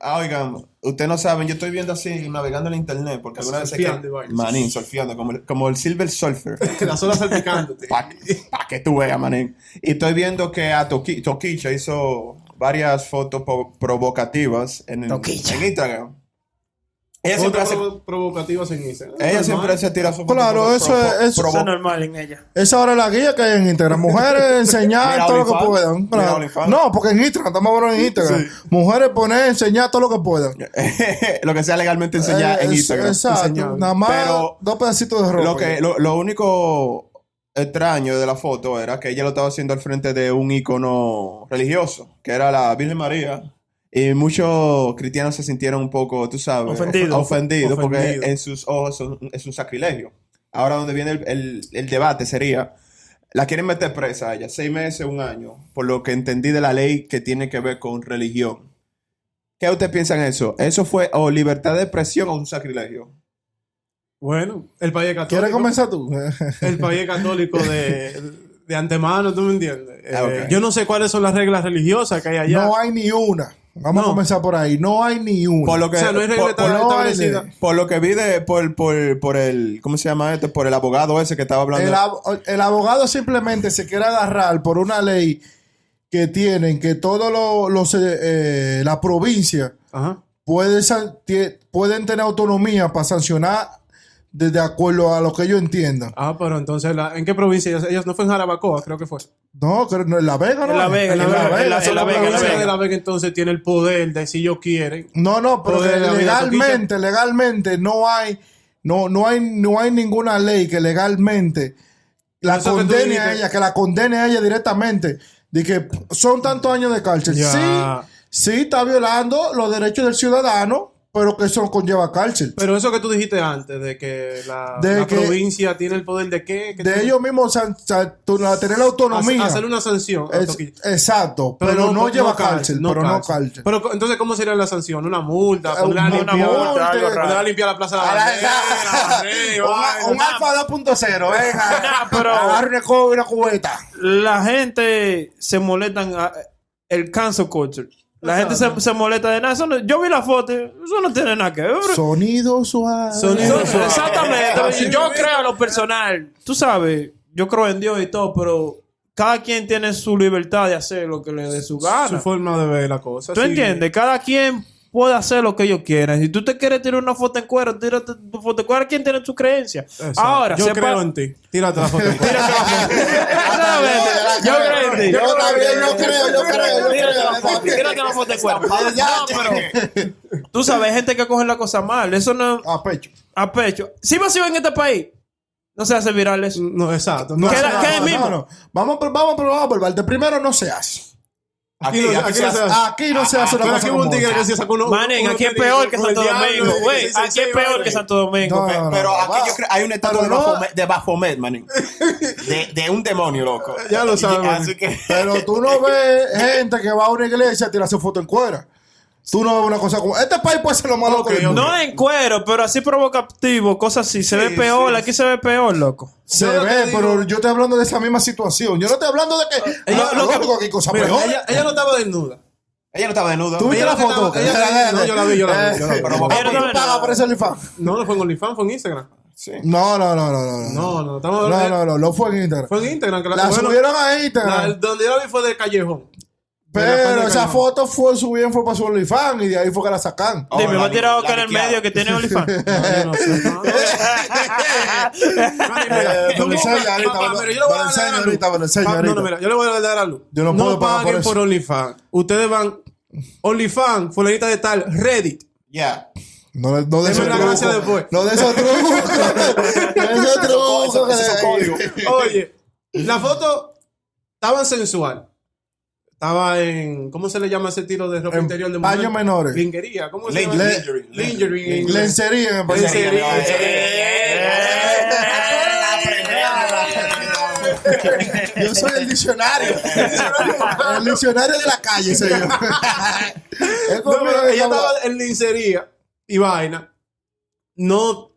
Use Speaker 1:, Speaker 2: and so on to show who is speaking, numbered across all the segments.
Speaker 1: Ah, oigan, ustedes no saben, yo estoy viendo así, navegando en internet, porque alguna vez...
Speaker 2: Surfeando
Speaker 1: que-
Speaker 2: y vainas.
Speaker 1: Manín, surfeando, como, el- como el Silver Surfer.
Speaker 2: Las olas salpicándote.
Speaker 1: Para que tú veas, manín. Y estoy viendo que a Toqui- Toquicha hizo varias fotos po- provocativas en, en
Speaker 3: Toquicha.
Speaker 1: Instagram. Ella siempre
Speaker 2: Otras
Speaker 1: hace,
Speaker 2: provo- provocativas en Instagram.
Speaker 1: ella
Speaker 2: Normal.
Speaker 1: siempre se tira su
Speaker 4: Claro, eso es- eso
Speaker 3: Eso es normal en ella.
Speaker 4: Esa ahora es la guía que hay en Instagram. Mujeres enseñar
Speaker 1: Mira,
Speaker 4: todo lo que
Speaker 1: OnlyFans.
Speaker 4: puedan.
Speaker 1: Mira,
Speaker 4: Claro.
Speaker 1: OnlyFans.
Speaker 4: No, porque en Instagram, estamos hablando en Instagram. Mujeres poner, enseñar todo lo que puedan.
Speaker 1: lo que sea legalmente enseñada
Speaker 4: Eh,
Speaker 1: en
Speaker 4: es-
Speaker 1: Instagram.
Speaker 4: Exacto.
Speaker 2: Enseñar.
Speaker 4: Nada más
Speaker 1: Pero
Speaker 4: dos pedacitos de ropa.
Speaker 1: Lo, que, lo, lo único extraño de la foto era que ella lo estaba haciendo al frente de un icono religioso, que era la Virgen María. Y muchos cristianos se sintieron un poco, tú sabes,
Speaker 3: Ofendido.
Speaker 1: ofendidos, porque
Speaker 2: Ofendido.
Speaker 1: en sus ojos son- es un sacrilegio. Ahora donde viene el, el- el debate sería, la quieren meter presa a ella, seis meses, un año, por lo que entendí de la ley que tiene que ver con religión. ¿Qué usted piensa en eso? ¿Eso fue o libertad de expresión o un sacrilegio?
Speaker 2: Bueno, el país es católico.
Speaker 4: ¿Quieres comenzar tú?
Speaker 2: El país es católico de, de antemano, ¿tú me entiendes? Eh,
Speaker 1: Ah, ok.
Speaker 2: Yo no sé cuáles son las reglas religiosas que hay allá.
Speaker 4: no hay ni una. Vamos
Speaker 2: No.
Speaker 4: a comenzar por ahí. No hay ni una.
Speaker 1: Por lo que,
Speaker 2: O sea, no hay regla
Speaker 1: por, por-
Speaker 2: establecida.
Speaker 1: por- por lo que vi de, por, por, por el, ¿cómo se llama este? Por el abogado ese que estaba hablando.
Speaker 4: el, ab- el abogado simplemente se quiere agarrar por una ley que tienen que todos los, los, eh, eh, la provincia
Speaker 2: Ajá.
Speaker 4: puede san- tie- pueden tener autonomía para sancionar de, de acuerdo a lo que ellos entiendan.
Speaker 2: Ah, pero entonces, la- ¿en qué provincia? Ellas, ellas no fue en Jarabacoa, creo que fue.
Speaker 4: No, creo- no, en La Vega, ¿no?
Speaker 3: En La Vega, en La Vega, en La-
Speaker 4: son
Speaker 3: en La Vega, en
Speaker 2: provincia
Speaker 3: La
Speaker 4: provincias.
Speaker 2: de La Vega entonces tiene el poder de si ellos quieren.
Speaker 4: No, no, pero
Speaker 2: O de
Speaker 4: que
Speaker 2: la Vega
Speaker 4: legalmente, legalmente no hay, no, no hay, no hay ninguna ley que legalmente la
Speaker 2: Eso que tú
Speaker 4: condene a
Speaker 2: dijiste.
Speaker 4: ella, que la condene a ella directamente. De que p- son tantos años de cárcel.
Speaker 2: Ya.
Speaker 4: Sí, sí está violando los derechos del ciudadano, pero que eso conlleva cárcel.
Speaker 2: Pero eso que tú dijiste antes, de que la,
Speaker 4: De
Speaker 2: la
Speaker 4: que-
Speaker 2: provincia tiene el poder de qué? que
Speaker 4: de
Speaker 2: tiene-
Speaker 4: ellos mismos san- san- tu- la- tener la autonomía.
Speaker 2: hace- Hacer una sanción. a
Speaker 4: Es-
Speaker 2: Toquilla.
Speaker 4: exacto, pero, no, lleva cárcel, pero no cárcel.
Speaker 2: Pero co- entonces, ¿cómo sería la sanción? ¿Una multa?
Speaker 4: Eh,
Speaker 2: ¿Una
Speaker 4: un
Speaker 2: limpia?
Speaker 4: multa,
Speaker 3: algo
Speaker 2: Poner
Speaker 3: raro.
Speaker 2: a limpiar la plaza de la
Speaker 4: A la-
Speaker 2: bandera, barrio, vaina.
Speaker 4: un, un alfa 2.0, venga.
Speaker 3: Nah, pero-
Speaker 4: Agarra una co- una cubeta.
Speaker 3: La gente se molestan a- el cancel culture. La gente se, se molesta de nada. Eso no- yo vi la foto, eso no tiene nada que ver.
Speaker 4: Sonido suave.
Speaker 2: Sonido
Speaker 3: Eso-
Speaker 2: suave.
Speaker 3: exactamente.
Speaker 2: Así
Speaker 3: Yo
Speaker 2: mismo.
Speaker 3: creo en lo personal. Tú sabes, yo creo en Dios y todo, pero cada quien tiene su libertad de hacer lo que le dé su gana.
Speaker 2: Su forma de ver la cosa.
Speaker 3: ¿Tú
Speaker 2: sí.
Speaker 3: entiendes? Cada quien puede hacer lo que ellos quieran. Si tú te quieres tirar una foto en cuero, tírate tu foto en cuero. ¿Quién tiene su creencia?
Speaker 2: Exacto.
Speaker 3: Ahora,
Speaker 2: yo
Speaker 3: sepa-
Speaker 2: creo en ti. Tírate la foto.
Speaker 3: Tírate la foto. Exactamente. Yo creo en ti.
Speaker 4: Yo también, yo creo, yo creo, yo
Speaker 3: Tírate
Speaker 4: creo.
Speaker 3: la foto, tírate la foto en cuero.
Speaker 4: Ya,
Speaker 3: No, pero- Tú sabes, hay gente que coge la cosa mal. Eso no
Speaker 4: A pecho.
Speaker 3: a pecho. Si masivo en este país, no se hace viral eso.
Speaker 2: No, exacto. No,
Speaker 3: ¿Qué era-
Speaker 2: no,
Speaker 3: qué es
Speaker 2: no,
Speaker 3: mismo?
Speaker 2: no,
Speaker 4: Vamos, por- vamos, por- vamos, por parte. Primero no se hace.
Speaker 1: aquí,
Speaker 2: aquí no-
Speaker 1: aquí
Speaker 2: aquí
Speaker 1: se
Speaker 2: no
Speaker 1: hace-
Speaker 2: se hace.
Speaker 4: Aquí no se
Speaker 3: Ah,
Speaker 4: hace la
Speaker 2: Pero
Speaker 4: cosa
Speaker 2: aquí hubo un
Speaker 4: como
Speaker 2: tigre que
Speaker 4: esta.
Speaker 2: se sacó uno.
Speaker 3: Manen,
Speaker 2: uno
Speaker 3: aquí es
Speaker 2: peligro
Speaker 3: peor que
Speaker 2: con el
Speaker 3: Santo
Speaker 2: diablo,
Speaker 3: Domingo.
Speaker 2: que
Speaker 3: Güey,
Speaker 2: dice,
Speaker 3: aquí es
Speaker 2: "Sí,
Speaker 3: peor
Speaker 2: vale".
Speaker 3: que Santo Domingo.
Speaker 4: No, no, no,
Speaker 1: Pero
Speaker 4: no,
Speaker 1: aquí
Speaker 4: va.
Speaker 1: yo creo hay una estatua de
Speaker 4: Pero no-
Speaker 1: Baphomet, de Baphomet, manín. De, de un demonio, loco.
Speaker 2: Ya lo sabes,
Speaker 1: Así que...
Speaker 4: Pero tú no ves gente que va a una iglesia a tirarse foto en cuera. Tú no ves una cosa como. Este país puede ser lo más loco
Speaker 2: Ok,
Speaker 4: del mundo.
Speaker 3: No en cuero, pero así provocativo, cosas así. Se ve
Speaker 1: Sí,
Speaker 3: peor,
Speaker 1: sí.
Speaker 3: aquí se ve peor, loco.
Speaker 4: Se
Speaker 2: Yo lo que
Speaker 4: ve,
Speaker 2: digo-
Speaker 4: pero yo estoy hablando de esa misma situación. Yo no estoy hablando de que.
Speaker 2: Ella-
Speaker 4: Ah,
Speaker 2: lo que-
Speaker 4: loco, qué cosa
Speaker 2: Mira,
Speaker 4: peor.
Speaker 2: ella, ella no estaba desnuda.
Speaker 1: Ella no estaba desnuda.
Speaker 4: ¿Tú viste
Speaker 2: ella
Speaker 4: la
Speaker 2: no
Speaker 4: foto?
Speaker 2: estaba- ella- no, yo la vi, yo la vi, yo la vi.
Speaker 4: Eh,
Speaker 1: Pero
Speaker 4: papi,
Speaker 3: Ella no
Speaker 4: tú
Speaker 3: ve
Speaker 4: pagas
Speaker 3: nada.
Speaker 4: por ese OnlyFans.
Speaker 2: No, no fue en OnlyFans, fue en Instagram.
Speaker 1: Sí.
Speaker 4: No, no, no, no, no. No,
Speaker 2: No, no, estamos
Speaker 4: no,
Speaker 2: hablando
Speaker 4: no,
Speaker 2: de-
Speaker 4: no, no, no fue en Instagram.
Speaker 2: Fue en Instagram que la,
Speaker 4: La
Speaker 2: bueno,
Speaker 4: subieron a
Speaker 2: la-
Speaker 4: Instagram.
Speaker 2: Donde yo la vi fue del callejón. de la
Speaker 4: Pero esa
Speaker 2: calle, no.
Speaker 4: foto fue subida fue para su OnlyFans y de ahí fue que la sacan.
Speaker 1: Oh,
Speaker 3: Dime,
Speaker 1: la
Speaker 3: va a
Speaker 1: li-
Speaker 3: tirar
Speaker 1: la
Speaker 3: acá en el
Speaker 1: liqueada.
Speaker 3: medio que tiene OnlyFans.
Speaker 2: No, yo
Speaker 4: Ah,
Speaker 2: no sé. No, no, Mari, Eh, mira,
Speaker 4: Eh,
Speaker 2: tú
Speaker 4: me lo enseña
Speaker 2: buscas-
Speaker 4: ahorita,
Speaker 2: papá,
Speaker 4: me lo-
Speaker 2: pero yo le voy
Speaker 4: me
Speaker 2: a dar
Speaker 4: lo enseña
Speaker 2: la
Speaker 4: ahorita,
Speaker 2: luz.
Speaker 4: me lo enseña
Speaker 2: Ah, No,
Speaker 4: ahorita.
Speaker 2: no, mira, yo le voy a dar la luz.
Speaker 4: Yo no puedo pagar por
Speaker 2: paguen
Speaker 4: eso.
Speaker 2: por OnlyFans. Ustedes van OnlyFans, fulanita de tal, Reddit.
Speaker 1: Ya.
Speaker 4: No, no de
Speaker 2: Deme
Speaker 4: esos
Speaker 2: la
Speaker 4: trucos.
Speaker 2: gracia después.
Speaker 4: No de esos trucos. No de esos trucos. que de-
Speaker 2: Oye, la foto estaba sensual. Estaba en. ¿Cómo se le llama ese tiro de ropa
Speaker 4: En
Speaker 2: interior de
Speaker 4: paños menores.
Speaker 2: Lingería. ¿Cómo se
Speaker 1: Le-
Speaker 2: llama?
Speaker 4: le-
Speaker 2: Lingerie. Lingerie. en inglés.
Speaker 4: Lencería en el país.
Speaker 2: Lencería.
Speaker 4: Yo soy el diccionario. El diccionario de la calle, señor. Es
Speaker 2: No,
Speaker 4: como-
Speaker 2: pero ella estaba en lincería y vaina. No.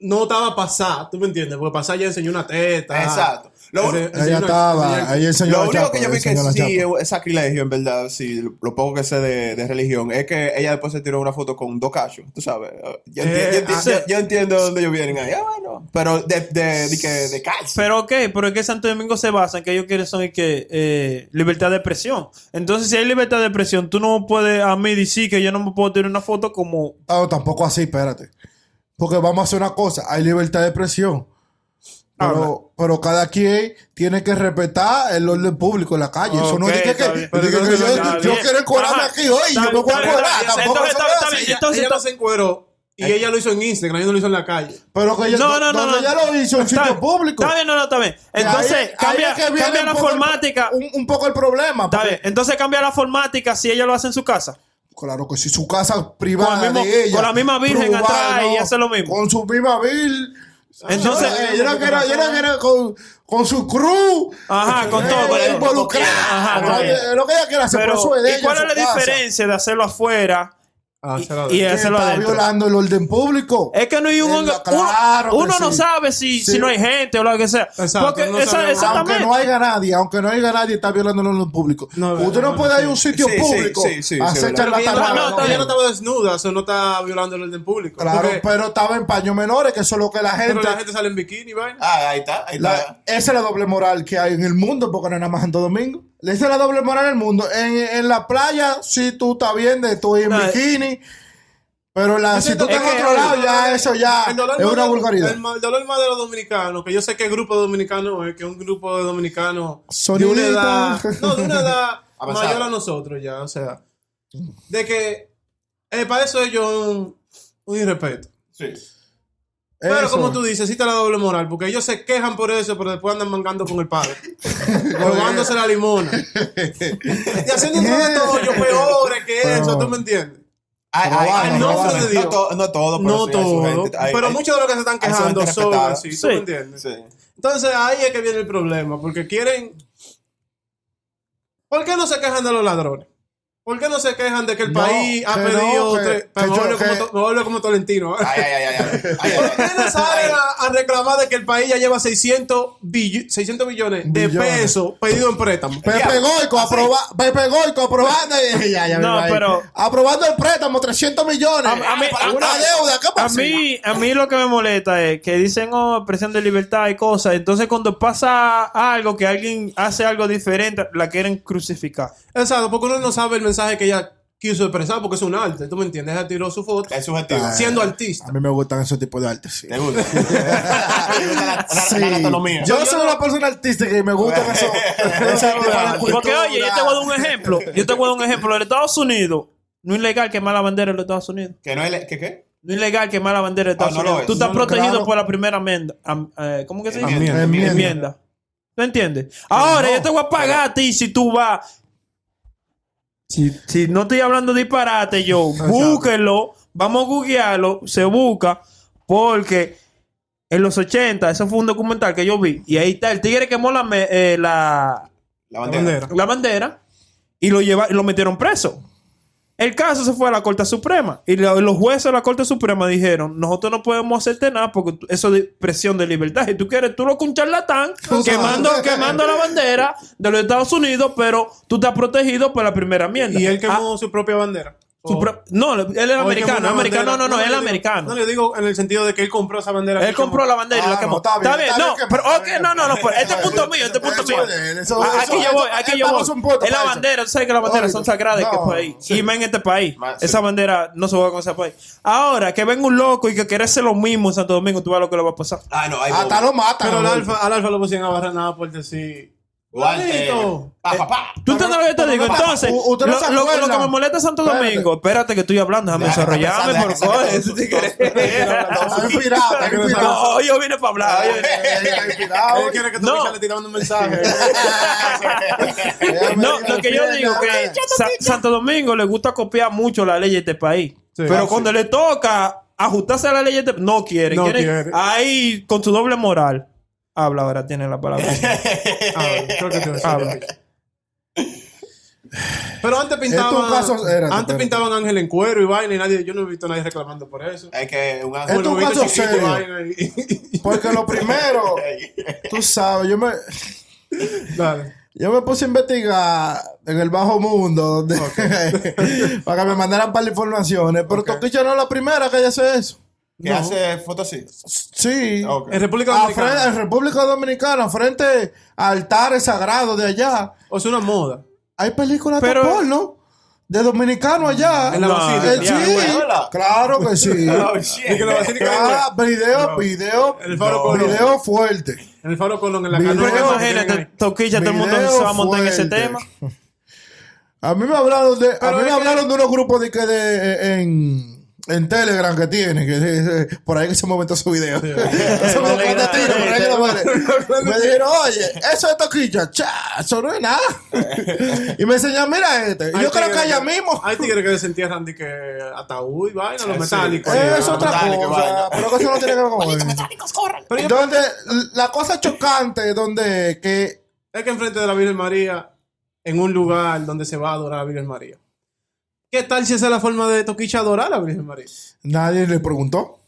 Speaker 2: no estaba pasada, ¿tú me entiendes? Porque pasada ya enseñó una teta.
Speaker 1: Exacto. Lo,
Speaker 2: Ese-
Speaker 4: Ella
Speaker 2: enseñó-
Speaker 4: estaba,
Speaker 2: enseñó-
Speaker 4: ahí enseñó
Speaker 1: lo
Speaker 4: la
Speaker 1: único
Speaker 4: chapa,
Speaker 1: que yo vi que
Speaker 4: enseñó la
Speaker 1: sí
Speaker 4: chapa.
Speaker 1: es sacrilegio, en verdad, sí, lo, lo poco que sé de, de religión, es que ella después se tiró una foto con dos cachos, tú sabes. Yo, enti-
Speaker 2: Eh,
Speaker 1: yo enti-
Speaker 2: ah,
Speaker 1: yo- yo entiendo de dónde ellos vienen ahí, ah, bueno. Pero de, de, de, que- de calcio.
Speaker 3: Pero ok, pero es que Santo Domingo se basa en que ellos quieren son y que eh, libertad de expresión. Entonces, si hay libertad de expresión, tú no puedes a mí decir que yo no me puedo tirar una foto como...
Speaker 4: Ah, no, tampoco así, espérate. Porque vamos a hacer una cosa, hay libertad de expresión. Pero, pero cada quien tiene que respetar el orden público en la calle. Eso no
Speaker 3: Ok,
Speaker 4: es que, que-
Speaker 3: está bien.
Speaker 4: de que- que
Speaker 3: Pero
Speaker 4: yo,
Speaker 3: entonces está
Speaker 4: yo
Speaker 3: bien.
Speaker 4: quiero encuadrarme
Speaker 3: Ajá.
Speaker 4: aquí hoy, yo
Speaker 3: Está
Speaker 4: me
Speaker 3: bien,
Speaker 4: voy a
Speaker 3: está bien,
Speaker 4: encuadrar.
Speaker 3: está bien.
Speaker 4: Tampoco
Speaker 3: Entonces,
Speaker 4: se
Speaker 3: está
Speaker 4: hace.
Speaker 3: bien,
Speaker 2: Ella,
Speaker 3: Entonces,
Speaker 2: ella
Speaker 3: está-
Speaker 2: no se encueró y
Speaker 1: Eh.
Speaker 2: ella lo hizo en Instagram, ella no lo hizo en la calle.
Speaker 4: Pero que Pues yo,
Speaker 3: No, no, no.
Speaker 4: donde
Speaker 3: no.
Speaker 4: ya lo hizo en
Speaker 3: Está-
Speaker 4: sitio público.
Speaker 3: Está bien, no, no, está bien.
Speaker 4: Que ahí-
Speaker 3: Entonces,
Speaker 4: ahí es
Speaker 3: cambia,
Speaker 4: que viene
Speaker 3: cambia
Speaker 4: un
Speaker 3: la
Speaker 4: poco el-
Speaker 3: formática.
Speaker 4: Un, un poco el problema.
Speaker 3: Está
Speaker 4: porque-
Speaker 3: bien. Entonces, cambia la formática si ella lo hace en su casa.
Speaker 4: Claro que si su casa privada
Speaker 3: Con el mismo-
Speaker 4: de ella.
Speaker 3: con la misma virgen
Speaker 4: privada,
Speaker 3: atrás y hace lo mismo.
Speaker 4: Con su misma virgen.
Speaker 3: Entonces-
Speaker 4: Eh, yo no quiero, yo no quiero con, con su cruz.
Speaker 3: Ajá, con
Speaker 4: Eh,
Speaker 3: todo.
Speaker 1: con el-
Speaker 4: involucrada.
Speaker 3: Ajá,
Speaker 4: Pero
Speaker 3: está bien.
Speaker 4: es lo que ella quiere hacer,
Speaker 3: Pero,
Speaker 4: pero eso es de
Speaker 3: ¿y
Speaker 4: ella
Speaker 3: cuál
Speaker 4: en
Speaker 3: es
Speaker 4: su
Speaker 3: la
Speaker 4: casa.
Speaker 3: diferencia de hacerlo afuera
Speaker 2: Ah, se la
Speaker 3: y, y
Speaker 4: Que
Speaker 3: hacerlo
Speaker 4: está
Speaker 3: adentro?
Speaker 4: violando el orden público.
Speaker 3: Es que no hay un
Speaker 4: Eh,
Speaker 3: hongo-
Speaker 4: claro que
Speaker 3: uno, uno no
Speaker 4: sí.
Speaker 3: sabe si, si
Speaker 4: Sí.
Speaker 3: no hay gente o lo que sea.
Speaker 2: Exacto,
Speaker 3: Porque
Speaker 2: no
Speaker 3: esa-
Speaker 2: sabemos.
Speaker 3: exactamente.
Speaker 4: Aunque no haya nadie, aunque no haya nadie, está violando el orden público.
Speaker 2: No, es
Speaker 4: Usted
Speaker 2: verdad,
Speaker 4: no puede
Speaker 2: sí.
Speaker 4: ir a un sitio
Speaker 1: Sí, sí,
Speaker 4: público
Speaker 1: sí, sí,
Speaker 4: a
Speaker 1: sí,
Speaker 4: hacer
Speaker 1: verdad.
Speaker 2: Pero que ella, no,
Speaker 4: charlatanería.
Speaker 2: estaba-
Speaker 3: no, está
Speaker 2: ella
Speaker 3: bien.
Speaker 2: no estaba desnuda, eso no está violando el orden público.
Speaker 4: Claro,
Speaker 2: Porque-
Speaker 4: pero estaba en paños menores, que eso es lo que la
Speaker 2: pero
Speaker 4: gente...
Speaker 2: la gente sale en bikini, vaina.
Speaker 1: Ah, ahí está, ahí
Speaker 4: La-
Speaker 1: está.
Speaker 4: esa es la doble moral que hay en el mundo, porque no es nada más Santo Domingo. Esa es la doble moral en el mundo. En, en la playa, si tú estás bien, de tú en
Speaker 3: No,
Speaker 4: bikini. Pero la- Ah, si tú
Speaker 2: Es
Speaker 4: estás en
Speaker 3: que-
Speaker 4: otro lado, ya eso ya
Speaker 2: El dolor
Speaker 4: es
Speaker 2: más
Speaker 4: una
Speaker 2: de-
Speaker 4: vulgaridad.
Speaker 2: El, ma- el dolor más de los dominicanos, que yo sé que grupo de dominicanos es que un grupo de dominicanos
Speaker 4: Sonidito.
Speaker 2: de una edad, no, de una edad
Speaker 1: Avanzada.
Speaker 2: mayor a nosotros ya, o sea, de que eh, para eso ellos un, un irrespeto.
Speaker 1: Sí.
Speaker 2: Pero
Speaker 4: Eso.
Speaker 2: como tú dices, sí está la doble moral, porque ellos se quejan por eso, pero después andan mangando con el padre, robándose la limona y haciendo todo yo peores que
Speaker 4: Pero-
Speaker 2: eso, ¿tú me entiendes?
Speaker 1: Ay,
Speaker 4: Pero
Speaker 1: ay,
Speaker 4: vale,
Speaker 1: ay, no,
Speaker 4: vale.
Speaker 1: pero-
Speaker 2: Te digo.
Speaker 1: no to- no todo, pero
Speaker 2: No
Speaker 1: sí hay su
Speaker 2: todo,
Speaker 1: gente- hay-
Speaker 2: pero
Speaker 1: hay-
Speaker 2: muchos de los que se están
Speaker 1: hay su gente
Speaker 2: quejando son
Speaker 1: respetada.
Speaker 2: así, ¿tú
Speaker 3: Sí.
Speaker 2: me entiendes?
Speaker 1: Sí.
Speaker 2: Entonces ahí es que viene el problema, porque quieren... ¿Por qué no se quejan de los ladrones? ¿Por qué no se quejan de que el
Speaker 4: No,
Speaker 2: país ha
Speaker 4: que
Speaker 2: pedido...
Speaker 4: no, que-
Speaker 2: tres-
Speaker 4: que
Speaker 2: me,
Speaker 4: yo-
Speaker 2: vuelvo como,
Speaker 4: que-
Speaker 2: to- me vuelvo como Tolentino. ¿eh?
Speaker 1: Ay, ay, ay, ay, ay, ay, ay,
Speaker 2: ¿Por qué no salen
Speaker 1: ay.
Speaker 2: a, a reclamar de que el país ya lleva 600, billo- 600 billones de
Speaker 4: Billones.
Speaker 2: pesos pedido en préstamo?
Speaker 4: Pepe
Speaker 1: Ya.
Speaker 4: Goico, aproba, Pepe Goico aprobando, ya, ya,
Speaker 3: No,
Speaker 4: mira ahí.
Speaker 3: pero-
Speaker 4: aprobando el préstamo, 300 millones.
Speaker 3: A- a mí-
Speaker 4: Para
Speaker 3: a-
Speaker 4: una
Speaker 3: a-
Speaker 4: deuda, ¿qué
Speaker 3: A
Speaker 4: pasa?
Speaker 3: mí, a mí lo que me molesta es que dicen, oh, presión de libertad y cosas. Entonces, cuando pasa algo, que alguien hace algo diferente, la quieren crucificar.
Speaker 2: Exacto, porque uno no sabe el mensaje que ella quiso expresar, porque es un arte, ¿tú me entiendes? Ella tiró su foto
Speaker 1: Es subjetivo.
Speaker 2: siendo artista.
Speaker 4: A mí me gustan esos tipos de artes, sí.
Speaker 1: Te gusta. Te gusta la- la- la anatomía.
Speaker 4: Yo soy una persona artística y me gusta eso. esa
Speaker 3: Porque, oye, yo te voy a dar un ejemplo. Yo te voy a dar un ejemplo. En Estados Unidos, no es legal quemar la bandera en los Estados Unidos.
Speaker 1: Que no es le- ¿Qué qué?
Speaker 3: No es legal quemar la bandera de Estados
Speaker 1: Ah, no lo
Speaker 3: Unidos.
Speaker 1: es.
Speaker 3: Tú estás
Speaker 4: No,
Speaker 3: protegido
Speaker 4: claro.
Speaker 3: por la primera enmienda. Am- eh, ¿Cómo que se dice?
Speaker 1: Enmienda.
Speaker 4: Enmienda.
Speaker 3: Enmienda. ¿Tú entiendes? Ahora, yo te voy a pagar a ti si tú vas. Si, si no estoy hablando disparate, yo, búsquenlo. Vamos a googlearlo. Se busca. Porque en los 80, eso fue un documental que yo vi. Y ahí está. El tigre quemó la, me- eh, la,
Speaker 1: La bandera.
Speaker 3: la bandera y lo, lleva, lo metieron preso. El caso se fue a la Corte Suprema y lo- los jueces de la Corte Suprema dijeron, nosotros no podemos hacerte nada porque tú- eso es presión de libertad. Si tú quieres, tú lo que un charlatán
Speaker 4: Tú
Speaker 3: quemando,
Speaker 4: sabes.
Speaker 3: quemando la bandera de los Estados Unidos, pero tú estás protegido por la primera enmienda.
Speaker 2: Y él
Speaker 3: Ah,
Speaker 2: quemó su propia bandera.
Speaker 3: su
Speaker 2: O-
Speaker 3: pro- no, él
Speaker 2: o
Speaker 3: era
Speaker 2: él quemó
Speaker 3: americano.
Speaker 2: una
Speaker 3: americano
Speaker 2: bandera.
Speaker 3: no, no, no,
Speaker 2: le
Speaker 3: él
Speaker 2: digo-
Speaker 3: americano.
Speaker 2: No le digo en el sentido de que él compró esa bandera. que
Speaker 3: Él compró la bandera y
Speaker 4: Ah,
Speaker 3: la
Speaker 4: no,
Speaker 3: quemó.
Speaker 4: está bien,
Speaker 3: está bien,
Speaker 4: está
Speaker 3: no,
Speaker 4: bien que-
Speaker 3: pero
Speaker 4: está
Speaker 3: ok,
Speaker 4: bien
Speaker 3: no,
Speaker 4: que-
Speaker 3: no, no, pero este
Speaker 4: Eso
Speaker 3: es punto mío, este es punto
Speaker 4: eso
Speaker 3: mío.
Speaker 4: es de él, eso-
Speaker 3: Ah,
Speaker 4: eso-
Speaker 3: Aquí yo
Speaker 4: eso-
Speaker 3: voy, aquí yo
Speaker 4: estamos un punto
Speaker 3: voy. Es la
Speaker 4: para eso.
Speaker 3: bandera, tú sabes que las banderas son
Speaker 4: Ahorita.
Speaker 3: sagradas en
Speaker 4: No,
Speaker 3: este país.
Speaker 4: sí.
Speaker 3: Y más en este país.
Speaker 1: Más, sí.
Speaker 3: Esa bandera no se juega con ese país. Ahora, que venga un loco y que quiera hacer lo mismo en Santo Domingo, tú ves lo que le va a pasar.
Speaker 1: Ah, no, ahí
Speaker 4: Hasta
Speaker 1: voy.
Speaker 4: lo matan.
Speaker 2: Pero al
Speaker 4: ¿no?
Speaker 2: alfa, al alfa lo pusieron a barrer nada por decir.
Speaker 1: Duarte. eh,
Speaker 2: "Juanito".
Speaker 1: Pa, pa, pa.
Speaker 3: ¿Tú entiendes lo que te digo?
Speaker 4: pero-
Speaker 3: Entonces,
Speaker 4: u-
Speaker 3: lo,
Speaker 4: usted no se
Speaker 3: lo- lo que
Speaker 4: acuerda.
Speaker 3: me molesta es Santo
Speaker 4: Espérate.
Speaker 3: Domingo. Espérate que estoy hablando, déjame
Speaker 1: Déjame
Speaker 3: desarrollarme,
Speaker 1: pensar,
Speaker 3: por
Speaker 1: déjame
Speaker 3: favor.
Speaker 1: pensar.
Speaker 3: Eso sí que-
Speaker 4: Está inspirado, está
Speaker 2: Está
Speaker 4: inspirado.
Speaker 3: No, yo vine para hablar. yo vine-
Speaker 4: Está inspirado.
Speaker 2: Él quiere que tú
Speaker 3: No.
Speaker 2: le tirando un mensaje.
Speaker 4: Déjame
Speaker 3: No,
Speaker 4: ir
Speaker 3: lo
Speaker 4: al
Speaker 3: que yo
Speaker 4: pie,
Speaker 3: digo
Speaker 4: déjame.
Speaker 3: que Sa- Santo Domingo le gusta copiar mucho la ley de este país. pero
Speaker 2: ah,
Speaker 3: cuando le toca ajustarse a la ley de este no quiere.
Speaker 2: No
Speaker 3: quiere-
Speaker 2: quiere.
Speaker 3: Ahí, con su doble moral. Habla ahora, tiene la palabra.
Speaker 2: Ah, creo que te-
Speaker 3: Habla.
Speaker 2: Pero antes pintaban.
Speaker 4: Estos casos eran-
Speaker 2: antes
Speaker 4: espérate.
Speaker 2: pintaban ángel en cuero y vaina y nadie. Yo no he visto a nadie reclamando por eso.
Speaker 1: Es que un
Speaker 4: Esto
Speaker 1: ángel.
Speaker 4: es un
Speaker 2: Bueno, viste
Speaker 4: caso
Speaker 2: chiquito y
Speaker 4: serio.
Speaker 2: vaina y-
Speaker 4: Porque lo primero, tú sabes, yo me,
Speaker 2: Dale.
Speaker 4: yo me puse a investigar en el bajo mundo donde- para que me mandaran para las informaciones. Pero
Speaker 2: Ok.
Speaker 4: Toquicha no es la primera que hace eso.
Speaker 1: Que
Speaker 2: No.
Speaker 1: hace fotos así.
Speaker 4: Sí.
Speaker 1: Ok.
Speaker 2: En República
Speaker 3: Ah,
Speaker 4: A fre-
Speaker 2: Dominicana.
Speaker 4: en República Dominicana, frente a altares sagrados de allá,
Speaker 2: O sea, una moda.
Speaker 4: hay películas
Speaker 3: Pero-
Speaker 4: de porno de dominicanos allá.
Speaker 2: En la
Speaker 4: No,
Speaker 2: basílica.
Speaker 4: eh,
Speaker 2: Ya,
Speaker 4: sí,
Speaker 1: bueno.
Speaker 4: claro que sí.
Speaker 1: Oh, shit.
Speaker 2: Y que la basílica de
Speaker 4: Claro, video, video,
Speaker 2: En el faro Colón.
Speaker 4: video fuerte.
Speaker 2: En el faro Colón, en la
Speaker 4: Video-
Speaker 2: canoa.
Speaker 4: Pero
Speaker 3: Porque
Speaker 2: que
Speaker 3: imagínate,
Speaker 2: tienen ahí.
Speaker 3: Toquilla, todo el mundo
Speaker 4: Video
Speaker 3: se va a montar en ese
Speaker 4: fuerte.
Speaker 3: tema.
Speaker 4: A mí me hablaron de, a
Speaker 2: Pero
Speaker 4: mí me
Speaker 2: es que-
Speaker 4: hablaron de unos grupos de que de en, en Telegram que tiene, que eh, eh, por ahí que se me aumentó su video. Eso me
Speaker 3: Telegram,
Speaker 4: lo cuenta tiro, por ahí que lo vale. Me dijeron, oye, eso es toquilla, cha, eso no es nada. y me enseñan, mira este. Y
Speaker 2: Hay
Speaker 4: yo creo que
Speaker 2: tigres
Speaker 4: allá mismo.
Speaker 2: Hay tigres que se entierran de que ataúd, y vaina, los
Speaker 1: Sí.
Speaker 2: metálicos.
Speaker 1: Eh,
Speaker 2: y
Speaker 4: Eh,
Speaker 2: vaina.
Speaker 4: es otra
Speaker 1: dale, que
Speaker 4: cosa,
Speaker 1: vaina.
Speaker 4: pero que eso no tiene que ver con eso. Donde la cosa chocante, donde que
Speaker 2: Es que enfrente de la Virgen María, en un lugar donde se va a adorar a la Virgen María. ¿Qué tal si esa es la forma de Toquicha adorar a la Virgen María?
Speaker 4: nadie le preguntó.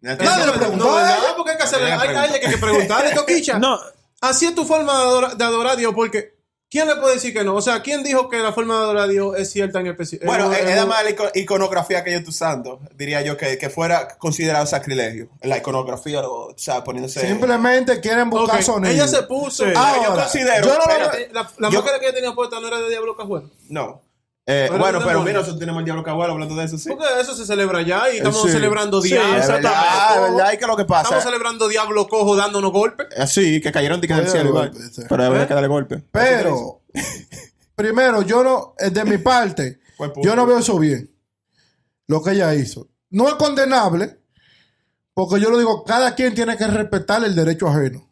Speaker 4: Nadie
Speaker 2: no,
Speaker 4: le preguntó
Speaker 2: no,
Speaker 4: a
Speaker 2: ¿verdad?
Speaker 4: ella.
Speaker 2: porque hay que hacerle,
Speaker 1: Nadie le
Speaker 2: hay, hay que- que preguntarle, Toquicha.
Speaker 3: No,
Speaker 2: Así es tu forma de adora- de adorar, a Dios, porque ¿quién le puede decir que no? O sea, ¿quién dijo que la forma de adorar a Dios es cierta en específico?
Speaker 1: Bueno, eh, es, es nada más la ico- iconografía que yo estoy usando, diría yo, que, que fuera considerado sacrilegio. La iconografía, o sea, poniéndose...
Speaker 4: Simplemente quieren buscar sonido.
Speaker 2: Ella se puso.
Speaker 1: Ah,
Speaker 4: Ahora,
Speaker 1: yo considero...
Speaker 4: yo no lo-
Speaker 1: espérate,
Speaker 2: la la
Speaker 1: yo-
Speaker 2: máscara que ella tenía puesta no era de Diablo Cajuelo.
Speaker 1: No. Eh,
Speaker 2: Pero
Speaker 1: bueno,
Speaker 2: no
Speaker 1: pero
Speaker 2: pone.
Speaker 1: mira, nosotros tenemos el diablo cagualo hablando de eso, sí. Ah,
Speaker 2: Porque eso se celebra ya y estamos
Speaker 4: Sí.
Speaker 2: celebrando
Speaker 3: Sí,
Speaker 2: diablo.
Speaker 1: Es verdad,
Speaker 3: exactamente.
Speaker 1: es verdad, y que lo que
Speaker 2: Estamos
Speaker 1: pasa...
Speaker 2: celebrando diablo cojo dándonos golpes.
Speaker 1: Así, que cayeron tickets del
Speaker 4: Oye,
Speaker 1: cielo igual.
Speaker 4: golpe, sí.
Speaker 1: Pero había que darle golpe.
Speaker 4: Pero, primero, yo no, eh, de mi parte,
Speaker 1: Buen punto.
Speaker 4: yo no veo eso bien. Lo que ella hizo. No es condenable, porque yo lo digo, cada quien tiene que respetar el derecho ajeno.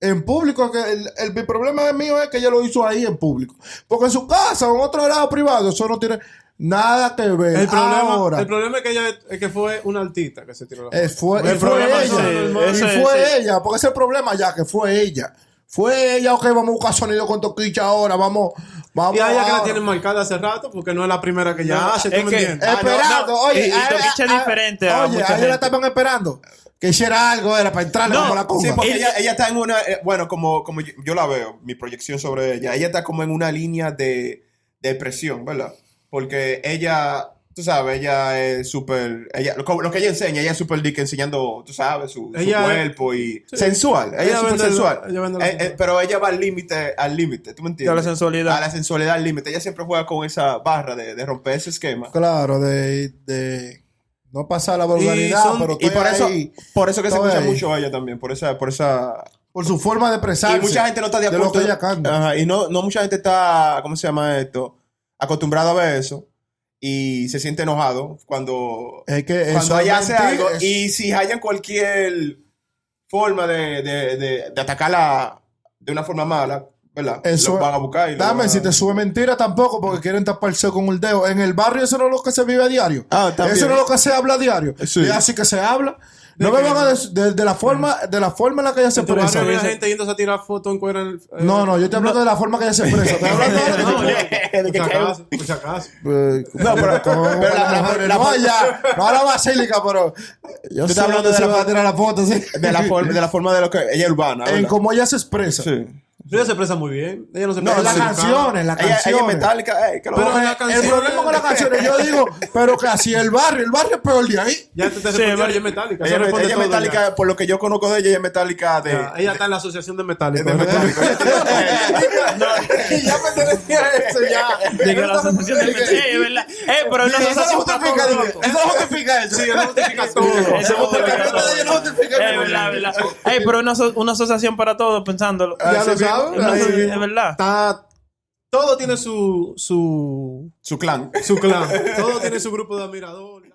Speaker 4: En público, que el, el- mi problema de mío es que ella lo hizo ahí en público. Porque en su casa o en otro lado privado, eso no tiene nada que ver.
Speaker 2: El problema,
Speaker 4: Eh, Ahora,
Speaker 2: el problema es que ella es que fue una altita que se tiró la
Speaker 4: eh, fue, y
Speaker 3: El
Speaker 4: fue
Speaker 3: problema
Speaker 4: ella.
Speaker 3: es
Speaker 4: Y
Speaker 3: ese, ese,
Speaker 4: fue
Speaker 3: ese.
Speaker 4: ella, porque ese es el problema ya, que fue ella. Fue ella, ok, vamos a buscar sonido con Toquicha ahora, vamos, vamos.
Speaker 2: Y a ella que la
Speaker 4: ahora.
Speaker 2: tienen marcada hace rato porque no es la primera que ella
Speaker 3: No,
Speaker 2: hace, ¿tú
Speaker 3: es
Speaker 2: me
Speaker 3: que-
Speaker 2: entiendes?
Speaker 3: Ah, no,
Speaker 4: Esperando,
Speaker 3: no.
Speaker 4: oye,
Speaker 3: Y- y
Speaker 4: a-
Speaker 3: Toquicha
Speaker 4: a-
Speaker 3: es
Speaker 4: a-
Speaker 3: diferente a
Speaker 4: Oye,
Speaker 3: mucha
Speaker 4: a ella la
Speaker 3: gente.
Speaker 4: estaban esperando. Que hiciera algo, era para entrarle
Speaker 3: No,
Speaker 4: como la
Speaker 1: Sí,
Speaker 4: cosa.
Speaker 1: porque
Speaker 3: Ella-
Speaker 1: ella, ella está en una, eh, bueno, como, como yo, yo la veo, mi proyección sobre ella, ella está como en una línea de, de expresión, ¿verdad? Porque ella, tú sabes, ella es súper, ella, lo, lo que ella enseña, ella es súper dick enseñando, tú sabes, su, su
Speaker 2: Ella-
Speaker 1: cuerpo y sensual, ella, es súper
Speaker 2: vende lo-
Speaker 1: sensual,
Speaker 2: ella vende lo
Speaker 1: Eh,
Speaker 2: sensual.
Speaker 1: eh, pero ella va al límite, al límite, ¿tú me entiendes?
Speaker 3: A la sensualidad.
Speaker 1: A la sensualidad al límite, ella siempre juega con esa barra de, de romper ese esquema.
Speaker 4: Claro, de, de no pasar la vulgaridad,
Speaker 2: son-
Speaker 4: pero
Speaker 1: Y por eso,
Speaker 4: ahí,
Speaker 1: por eso que se
Speaker 4: estoy
Speaker 1: escucha
Speaker 4: ahí.
Speaker 1: mucho a ella también, por esa, por esa
Speaker 4: por su forma de expresarse.
Speaker 1: Y mucha gente no está de
Speaker 4: lo
Speaker 1: acuerdo.
Speaker 4: que ella canta.
Speaker 1: Ajá, y no, no mucha gente está, ¿cómo se llama esto? Acostumbrada a ver eso y se siente enojado cuando,
Speaker 4: Es que eso
Speaker 1: cuando
Speaker 4: es
Speaker 1: ella hace
Speaker 4: mentir,
Speaker 1: algo.
Speaker 4: Eh, es-
Speaker 1: Y si hayan cualquier forma de, de, de, de atacarla de una forma mala, ¿verdad?
Speaker 4: Eso-
Speaker 1: lo van a buscar. Y lo van
Speaker 4: Dame,
Speaker 1: a-
Speaker 4: si te sube mentira tampoco, porque quieren taparse con el dedo. En el barrio eso no es lo que se vive a diario.
Speaker 1: Ah, también.
Speaker 4: eso no es lo que se habla a diario.
Speaker 1: Sí.
Speaker 4: Y así que se habla. No me van a decir de, Mm. de la forma, de la forma en la que ella se
Speaker 2: En tu barrio
Speaker 4: expresa.
Speaker 2: había gente yéndose a tirar fotos en cuero en el- eh,
Speaker 4: No, no, yo te hablo de la forma que ella se expresa. Te hablo de-
Speaker 2: no, no,
Speaker 1: De que
Speaker 2: por si
Speaker 1: caiga-
Speaker 2: acaso, por si acaso.
Speaker 4: Eh,
Speaker 1: No, pero-
Speaker 4: ¿cómo
Speaker 1: pero
Speaker 4: van
Speaker 1: la-
Speaker 4: las
Speaker 1: la-
Speaker 4: mujeres?
Speaker 1: la-
Speaker 4: no, ya, no a la basílica, pero yo
Speaker 1: Tú
Speaker 4: sé
Speaker 1: estás hablando
Speaker 4: dónde
Speaker 1: de
Speaker 4: se
Speaker 1: la
Speaker 4: va a
Speaker 1: fo-
Speaker 4: tirar la foto, sí.
Speaker 1: de la forma de la forma de lo que ella es urbana
Speaker 4: en
Speaker 1: ¿verdad?
Speaker 4: cómo ella se expresa.
Speaker 1: sí.
Speaker 2: Ella se expresa muy bien. Ella no se
Speaker 1: No,
Speaker 2: expresa
Speaker 4: en las
Speaker 1: sí.
Speaker 2: muy educada.
Speaker 4: canciones, las
Speaker 1: ella, ella es
Speaker 4: canciones.
Speaker 1: metálica eh, que lo
Speaker 2: Pero
Speaker 1: vamos a-
Speaker 2: en la
Speaker 4: el
Speaker 2: canción-
Speaker 4: problema con las canciones, yo digo, pero que así el barrio, el barrio es peor de ahí.
Speaker 2: Ya te, te
Speaker 3: Sí,
Speaker 2: respondió,
Speaker 3: vale.
Speaker 2: ella es metálica.
Speaker 1: ella,
Speaker 2: Ella,
Speaker 1: es met- ella es metálica por lo que yo conozco de ella ella es metálica de,
Speaker 2: Ella está en la asociación de metálicos.
Speaker 1: de metálica.
Speaker 4: ya pertenecía a eso, ya.
Speaker 3: Digo, la sensación de Sí, es verdad. Eh, pero es una
Speaker 4: Eso
Speaker 3: sensación
Speaker 4: no
Speaker 3: para
Speaker 4: justifica,
Speaker 3: todo
Speaker 4: digo,
Speaker 3: loco.
Speaker 4: eso no justifica eso.
Speaker 2: Sí, ella no justifica todo.
Speaker 3: Eso
Speaker 4: Porque
Speaker 3: justifica
Speaker 4: la
Speaker 3: todo.
Speaker 4: neta de ella no justifica
Speaker 3: Es
Speaker 4: mi
Speaker 3: verdad, es verdad. Ey, pero una, aso- una asociación para todos, pensándolo.
Speaker 4: Ya
Speaker 1: Así
Speaker 4: lo
Speaker 1: mismo.
Speaker 4: sabes,
Speaker 3: Una
Speaker 4: ahí
Speaker 3: aso-
Speaker 4: mismo.
Speaker 3: es verdad.
Speaker 2: Está- Todo tiene su, su,
Speaker 1: su clan.
Speaker 2: su clan. Todo tiene su grupo de admiradores.